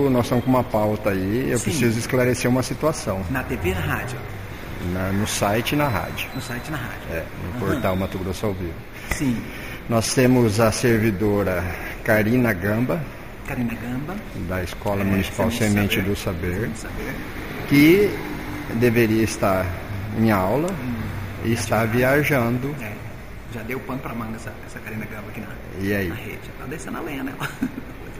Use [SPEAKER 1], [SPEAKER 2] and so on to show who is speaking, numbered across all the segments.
[SPEAKER 1] eu, nós estamos com uma pauta aí, eu
[SPEAKER 2] Sim.
[SPEAKER 1] preciso esclarecer uma situação.
[SPEAKER 2] Na TV e na rádio.
[SPEAKER 1] Na- no site e na rádio.
[SPEAKER 2] No site e na rádio.
[SPEAKER 1] É, no portal Mato Grosso ao vivo.
[SPEAKER 2] Sim.
[SPEAKER 1] Nós temos a servidora Karina Gamba,
[SPEAKER 2] Karina Gamba.
[SPEAKER 1] da Escola
[SPEAKER 2] é,
[SPEAKER 1] Municipal Semente do Saber,
[SPEAKER 2] Semente do Saber.
[SPEAKER 1] que deveria estar em aula e está viajando.
[SPEAKER 2] É, já deu pano pra manga essa, essa Karina Gamba aqui na,
[SPEAKER 1] E aí?
[SPEAKER 2] na rede. Já tá descendo a lenha, né?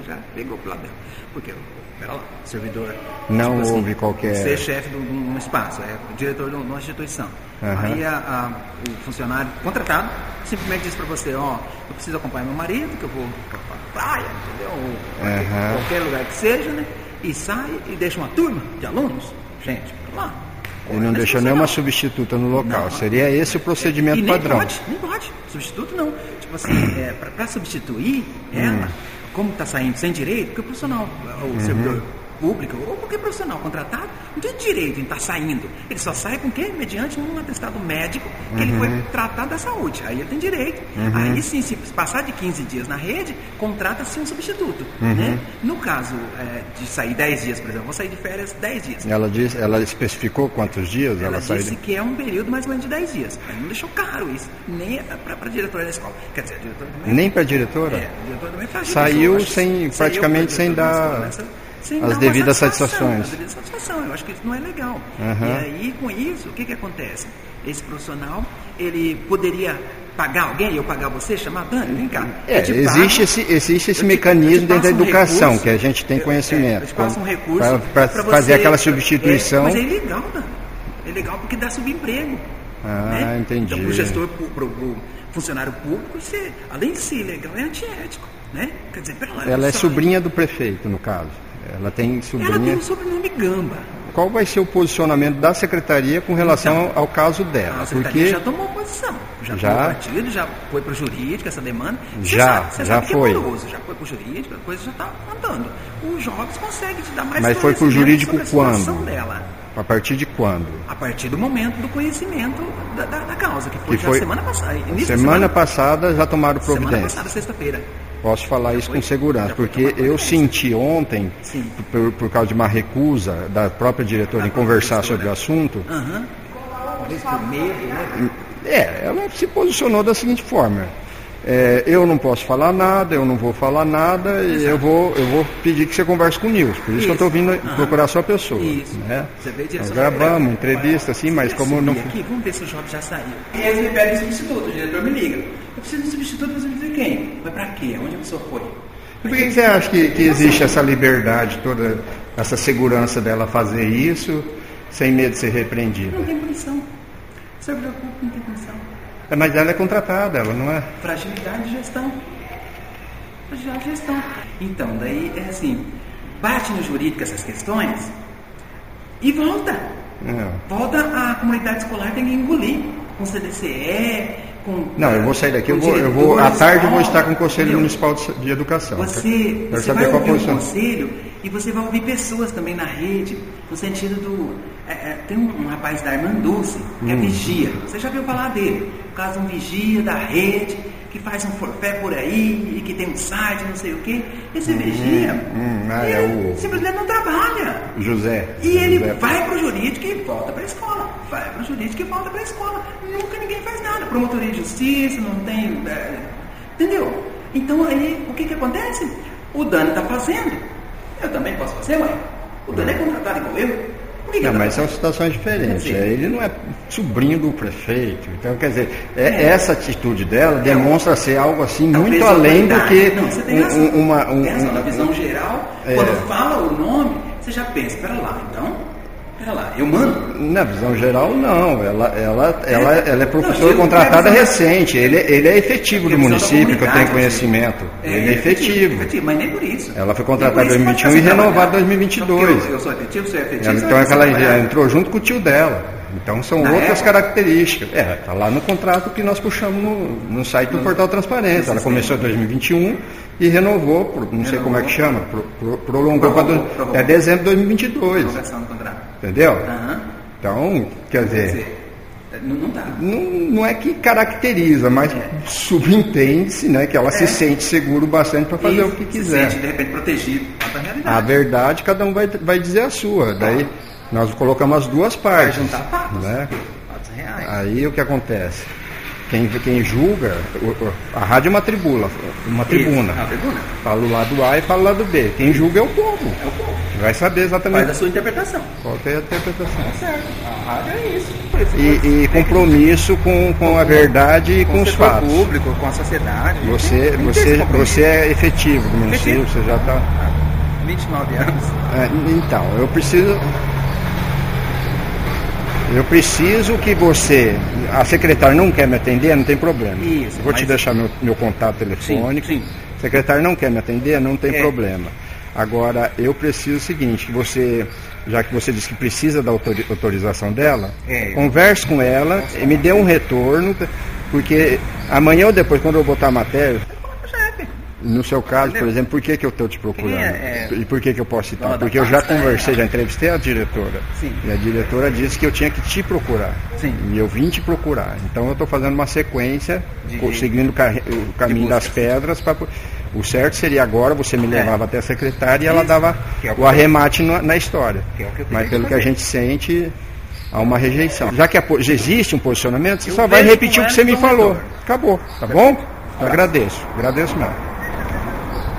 [SPEAKER 2] Você já pegou pro lado dela. Porque, pera lá, servidor. Tipo assim,
[SPEAKER 1] Não houve qualquer-
[SPEAKER 2] Ser chefe de um- de um espaço, é diretor de uma instituição.
[SPEAKER 1] Aham.
[SPEAKER 2] Aí a- a- o funcionário contratado simplesmente diz pra você: ó, eu preciso acompanhar meu marido, que eu vou pra pra praia, entendeu? Ou pra
[SPEAKER 1] Aham.
[SPEAKER 2] qualquer lugar que seja, né? E sai e deixa uma turma de alunos. Gente, pera lá.
[SPEAKER 1] E não
[SPEAKER 2] Mas
[SPEAKER 1] deixou
[SPEAKER 2] você
[SPEAKER 1] nenhuma
[SPEAKER 2] não-
[SPEAKER 1] substituta no local.
[SPEAKER 2] Não.
[SPEAKER 1] Seria esse o procedimento
[SPEAKER 2] e nem
[SPEAKER 1] padrão.
[SPEAKER 2] Pode, nem pode. Substituto não. Tipo assim, é, pra, pra substituir ela,
[SPEAKER 1] Hum.
[SPEAKER 2] como tá saindo sem direito, porque o profissional, o
[SPEAKER 1] Uhum.
[SPEAKER 2] servidor público, ou qualquer profissional contratado, não tem direito em estar saindo. Ele só sai com quê? Mediante um atestado médico que ele
[SPEAKER 1] Uhum.
[SPEAKER 2] foi tratado da saúde. Aí ele tem direito. Aí sim, se passar de 15 dias na rede, contrata-se um substituto.
[SPEAKER 1] Uhum.
[SPEAKER 2] né? No caso é, de sair 10 dias, por exemplo, vou sair de férias 10 dias.
[SPEAKER 1] Ela, diz, ela especificou quantos dias ela,
[SPEAKER 2] Ela
[SPEAKER 1] saiu?
[SPEAKER 2] disse que é um período mais ou menos de 10 dias. Mas não deixou caro isso, nem para a diretora da escola. Quer dizer, a diretora também.
[SPEAKER 1] Nem para a diretora?
[SPEAKER 2] É, a diretora também faz
[SPEAKER 1] Saiu
[SPEAKER 2] isso, eu acho.
[SPEAKER 1] sem-
[SPEAKER 2] Saiu
[SPEAKER 1] praticamente sem
[SPEAKER 2] diretora da
[SPEAKER 1] dar
[SPEAKER 2] escola, mas sem
[SPEAKER 1] as
[SPEAKER 2] dar uma
[SPEAKER 1] devidas
[SPEAKER 2] satisfação,
[SPEAKER 1] satisfações.
[SPEAKER 2] As devidas satisfações. Eu acho que isso não é legal.
[SPEAKER 1] Aham.
[SPEAKER 2] E aí, com isso, o que, que acontece? Esse profissional, ele poderia pagar alguém, eu pagar você, chamar Dani, vem cá.
[SPEAKER 1] É,
[SPEAKER 2] eu te
[SPEAKER 1] existe esse,
[SPEAKER 2] pago,
[SPEAKER 1] existe
[SPEAKER 2] eu
[SPEAKER 1] esse
[SPEAKER 2] te- eu te
[SPEAKER 1] mecanismo dentro da
[SPEAKER 2] passo um
[SPEAKER 1] educação,
[SPEAKER 2] recurso,
[SPEAKER 1] que a gente tem
[SPEAKER 2] eu- é,
[SPEAKER 1] conhecimento.
[SPEAKER 2] eu te passo um recurso
[SPEAKER 1] Para
[SPEAKER 2] pra
[SPEAKER 1] fazer
[SPEAKER 2] você-
[SPEAKER 1] aquela
[SPEAKER 2] É,
[SPEAKER 1] substituição.
[SPEAKER 2] mas é ilegal, Dan. É legal porque dá subemprego.
[SPEAKER 1] Ah,
[SPEAKER 2] né?
[SPEAKER 1] entendi.
[SPEAKER 2] Então, pro gestor, pro, pro- pro funcionário público, isso é- além de ser ilegal, é antiético, né? Quer dizer, pera lá,
[SPEAKER 1] Ela é
[SPEAKER 2] só-
[SPEAKER 1] sobrinha do prefeito, no caso. Ela tem
[SPEAKER 2] Ela tem um
[SPEAKER 1] sobrinha.
[SPEAKER 2] o sobrenome Gamba.
[SPEAKER 1] Qual vai ser o posicionamento da secretaria com relação ao caso dela?
[SPEAKER 2] Então, A secretaria
[SPEAKER 1] Ah, Porque
[SPEAKER 2] já tomou posição. Já,
[SPEAKER 1] Já?
[SPEAKER 2] tomou partido, já foi pro jurídico essa demanda. Você
[SPEAKER 1] Já,
[SPEAKER 2] sabe, você
[SPEAKER 1] já
[SPEAKER 2] sabe que
[SPEAKER 1] foi.
[SPEAKER 2] É poroso, já foi pro jurídico, a coisa já tá andando. O Jobs consegue te dar mais
[SPEAKER 1] Mas foi pro
[SPEAKER 2] esclarecimento
[SPEAKER 1] jurídico
[SPEAKER 2] sobre a situação
[SPEAKER 1] quando?
[SPEAKER 2] dela.
[SPEAKER 1] a partir de quando?
[SPEAKER 2] A partir do momento do conhecimento da, da- da causa, que foi,
[SPEAKER 1] Que
[SPEAKER 2] já
[SPEAKER 1] foi-
[SPEAKER 2] semana passada.
[SPEAKER 1] Semana,
[SPEAKER 2] início da
[SPEAKER 1] passada já tomaram
[SPEAKER 2] Semana
[SPEAKER 1] providência.
[SPEAKER 2] passada, sexta-feira.
[SPEAKER 1] Posso falar isso com
[SPEAKER 2] foi-
[SPEAKER 1] segurança,
[SPEAKER 2] já foi
[SPEAKER 1] porque
[SPEAKER 2] tomada
[SPEAKER 1] eu
[SPEAKER 2] providência.
[SPEAKER 1] senti ontem,
[SPEAKER 2] Sim.
[SPEAKER 1] por, por causa de uma recusa da própria diretora em conversar sobre o assunto,
[SPEAKER 2] Aham. Talvez por medo, né?
[SPEAKER 1] É, ela se posicionou da seguinte forma. é, eu não posso falar nada, eu não vou falar nada, e eu vou, eu vou pedir que você converse com o Nils. Por isso, que eu estou
[SPEAKER 2] Isso.
[SPEAKER 1] vindo
[SPEAKER 2] Aham.
[SPEAKER 1] procurar a sua pessoa.
[SPEAKER 2] Isso.
[SPEAKER 1] Né?
[SPEAKER 2] Você veio
[SPEAKER 1] Nós
[SPEAKER 2] direção
[SPEAKER 1] gravamos entrevista, assim, mas como não.
[SPEAKER 2] Aqui, vamos ver se o Job já saiu. E eles me pedem substituto, o diretor me liga. Eu preciso de um substituto para substituir quem? Mas pra quê? Onde a pessoa foi?
[SPEAKER 1] E Por que que você acha que, que existe essa liberdade, toda essa segurança dela fazer isso, sem medo de ser repreendida?
[SPEAKER 2] Não tem punição. Servidor público não tem punição.
[SPEAKER 1] É, Mas ela é contratada, ela não é?
[SPEAKER 2] Fragilidade de gestão. Fragilidade de gestão. Então, daí é assim, bate no jurídico essas questões e volta.
[SPEAKER 1] Não.
[SPEAKER 2] Volta a comunidade escolar tem que engolir com CDCE, com.
[SPEAKER 1] Não, eu vou sair daqui, eu
[SPEAKER 2] com
[SPEAKER 1] vou, eu vou-
[SPEAKER 2] diretores
[SPEAKER 1] à tarde eu vou
[SPEAKER 2] de
[SPEAKER 1] estar com o
[SPEAKER 2] escola,
[SPEAKER 1] Conselho
[SPEAKER 2] entendeu?
[SPEAKER 1] Municipal de, de Educação.
[SPEAKER 2] Você,
[SPEAKER 1] Quero
[SPEAKER 2] você
[SPEAKER 1] saber
[SPEAKER 2] vai
[SPEAKER 1] qual a
[SPEAKER 2] ouvir o
[SPEAKER 1] posição.
[SPEAKER 2] conselho e você vai ouvir pessoas também na rede, no sentido do. é, é, tem um, um rapaz da Irmanduce, que
[SPEAKER 1] Uhum.
[SPEAKER 2] é vigia. Você já viu falar dele? Por causa de um vigia da rede, que faz um forfé por aí e que tem um site, não sei o quê. Esse vigia,
[SPEAKER 1] hum, Uhum. ah, é
[SPEAKER 2] ele
[SPEAKER 1] o-
[SPEAKER 2] simplesmente não trabalha.
[SPEAKER 1] José.
[SPEAKER 2] E ele
[SPEAKER 1] José.
[SPEAKER 2] vai pro jurídico e volta pra escola. Vai pro jurídico e volta pra escola. Nunca ninguém faz nada. Promotoria de justiça, não tem. é, entendeu? Então aí o que que acontece? O Dani tá fazendo. Eu também posso fazer, mãe. O Dani é contratado igual eu. Por que tá que
[SPEAKER 1] Não,
[SPEAKER 2] eu
[SPEAKER 1] mas
[SPEAKER 2] não-
[SPEAKER 1] são situações diferentes.
[SPEAKER 2] Quer dizer-
[SPEAKER 1] É, Ele não é sobrinho do prefeito. Então, quer dizer, é- essa atitude dela demonstra ser algo assim
[SPEAKER 2] Talvez
[SPEAKER 1] muito
[SPEAKER 2] a
[SPEAKER 1] além do
[SPEAKER 2] autoridade.
[SPEAKER 1] que
[SPEAKER 2] Não, você tem
[SPEAKER 1] um-
[SPEAKER 2] razão.
[SPEAKER 1] um- uma. um-
[SPEAKER 2] Tem razão, na visão
[SPEAKER 1] um-
[SPEAKER 2] geral,
[SPEAKER 1] É.
[SPEAKER 2] quando fala o nome, você já pensa, pera lá, então, pera lá, eu mando.
[SPEAKER 1] na visão geral, não. Ela, ela, ela, ela é
[SPEAKER 2] Não, um
[SPEAKER 1] professora
[SPEAKER 2] eu-
[SPEAKER 1] contratada
[SPEAKER 2] eu-
[SPEAKER 1] recente. Ele, ele é efetivo do
[SPEAKER 2] Revisão da
[SPEAKER 1] município, que eu tenho
[SPEAKER 2] comunidade,
[SPEAKER 1] conhecimento.
[SPEAKER 2] assim.
[SPEAKER 1] Ele é efetivo.
[SPEAKER 2] Mas nem por isso.
[SPEAKER 1] Ela foi contratada
[SPEAKER 2] Nem por isso
[SPEAKER 1] em
[SPEAKER 2] pode
[SPEAKER 1] 2021 e
[SPEAKER 2] ficar sem
[SPEAKER 1] renovada em
[SPEAKER 2] trabalhar.
[SPEAKER 1] 2022.
[SPEAKER 2] Então, porque Eu, eu sou efetivo, sou efetivo.
[SPEAKER 1] Ela-
[SPEAKER 2] sou
[SPEAKER 1] então é que ela
[SPEAKER 2] efetivo.
[SPEAKER 1] já entrou junto com o tio dela. Então são
[SPEAKER 2] né? Ah,
[SPEAKER 1] outras
[SPEAKER 2] é?
[SPEAKER 1] características. É, está lá no contrato que nós puxamos no, no site do Portal Transparência. Ela começou em 2021 e renovou, por, não sei como é que chama, pro, pro, prolongou pra do-
[SPEAKER 2] Prorrogou, prorrogou. Então, né?
[SPEAKER 1] até dezembro de 2022.
[SPEAKER 2] Prorrogação do contrato.
[SPEAKER 1] Entendeu?
[SPEAKER 2] Aham.
[SPEAKER 1] Então, quer
[SPEAKER 2] Quer
[SPEAKER 1] dizer,
[SPEAKER 2] dizer, Não, não dá.
[SPEAKER 1] não, não é que caracteriza, mas subentende-se né, que ela
[SPEAKER 2] É.
[SPEAKER 1] se sente seguro bastante para fazer
[SPEAKER 2] E
[SPEAKER 1] o que quiser.
[SPEAKER 2] Se sente, de repente, protegido. da realidade.
[SPEAKER 1] A verdade, cada um vai, vai dizer a sua. Daí nós colocamos as duas
[SPEAKER 2] Vai
[SPEAKER 1] partes.
[SPEAKER 2] juntar fatos.
[SPEAKER 1] né?
[SPEAKER 2] Fatos reais.
[SPEAKER 1] Aí o que acontece? Quem, quem julga, o- o- a rádio é uma tribuna, uma tribuna.
[SPEAKER 2] Isso, a tribuna.
[SPEAKER 1] Fala o lado A e fala o lado B. Quem julga é o povo.
[SPEAKER 2] É o povo.
[SPEAKER 1] Vai saber
[SPEAKER 2] Faz
[SPEAKER 1] exatamente
[SPEAKER 2] a sua interpretação.
[SPEAKER 1] qual que é a interpretação.
[SPEAKER 2] Certo. A rádio é isso. Por isso que
[SPEAKER 1] E, e
[SPEAKER 2] você tem que-
[SPEAKER 1] compromisso com, com a verdade e com,
[SPEAKER 2] o
[SPEAKER 1] os
[SPEAKER 2] setor
[SPEAKER 1] fatos.
[SPEAKER 2] público, com a sociedade.
[SPEAKER 1] Você,
[SPEAKER 2] Tem- tem
[SPEAKER 1] você,
[SPEAKER 2] esse compromisso.
[SPEAKER 1] você é efetivo do município,
[SPEAKER 2] Efetivo.
[SPEAKER 1] você já está.
[SPEAKER 2] 29 anos.
[SPEAKER 1] Então, eu preciso. Eu preciso que você. A secretária não quer me atender, não tem problema.
[SPEAKER 2] Isso,
[SPEAKER 1] Vou te
[SPEAKER 2] mas-
[SPEAKER 1] deixar meu, meu contato telefônico.
[SPEAKER 2] Sim, sim.
[SPEAKER 1] Secretário não quer me atender, não tem
[SPEAKER 2] É.
[SPEAKER 1] problema. Agora, eu preciso o seguinte, que você, já que você disse que precisa da autori- autorização dela,
[SPEAKER 2] É.
[SPEAKER 1] converse com ela e me dê um retorno, porque amanhã ou depois, quando eu botar a matéria,
[SPEAKER 2] Como chefe.
[SPEAKER 1] no seu caso, por
[SPEAKER 2] Entendeu?
[SPEAKER 1] exemplo, por que, que eu estou te procurando?
[SPEAKER 2] Quem é, é,
[SPEAKER 1] E por que, que eu posso citar?
[SPEAKER 2] dona da
[SPEAKER 1] Porque eu já
[SPEAKER 2] pasta, né?
[SPEAKER 1] conversei, já entrevistei a diretora.
[SPEAKER 2] Sim.
[SPEAKER 1] E a diretora disse que eu tinha que te procurar.
[SPEAKER 2] Sim.
[SPEAKER 1] E eu vim te procurar. Então eu estou fazendo uma sequência,
[SPEAKER 2] De-
[SPEAKER 1] co- seguindo o carre- o caminho
[SPEAKER 2] busca,
[SPEAKER 1] das
[SPEAKER 2] sim.
[SPEAKER 1] pedras. Pra, po- o certo seria agora, você me levava até a secretária e ela
[SPEAKER 2] É. Isso.
[SPEAKER 1] dava
[SPEAKER 2] Que é o que
[SPEAKER 1] o
[SPEAKER 2] eu-
[SPEAKER 1] arremate na, na história.
[SPEAKER 2] Que é o que eu
[SPEAKER 1] Mas
[SPEAKER 2] tentei
[SPEAKER 1] pelo que a
[SPEAKER 2] fazer.
[SPEAKER 1] gente sente, há uma rejeição. Já que a po- já existe um posicionamento, você
[SPEAKER 2] Eu
[SPEAKER 1] só vai
[SPEAKER 2] vejo
[SPEAKER 1] repetir o
[SPEAKER 2] com
[SPEAKER 1] que você
[SPEAKER 2] ela
[SPEAKER 1] me
[SPEAKER 2] como
[SPEAKER 1] falou.
[SPEAKER 2] retorno.
[SPEAKER 1] Acabou, tá bom? Eu agradeço, agradeço mesmo.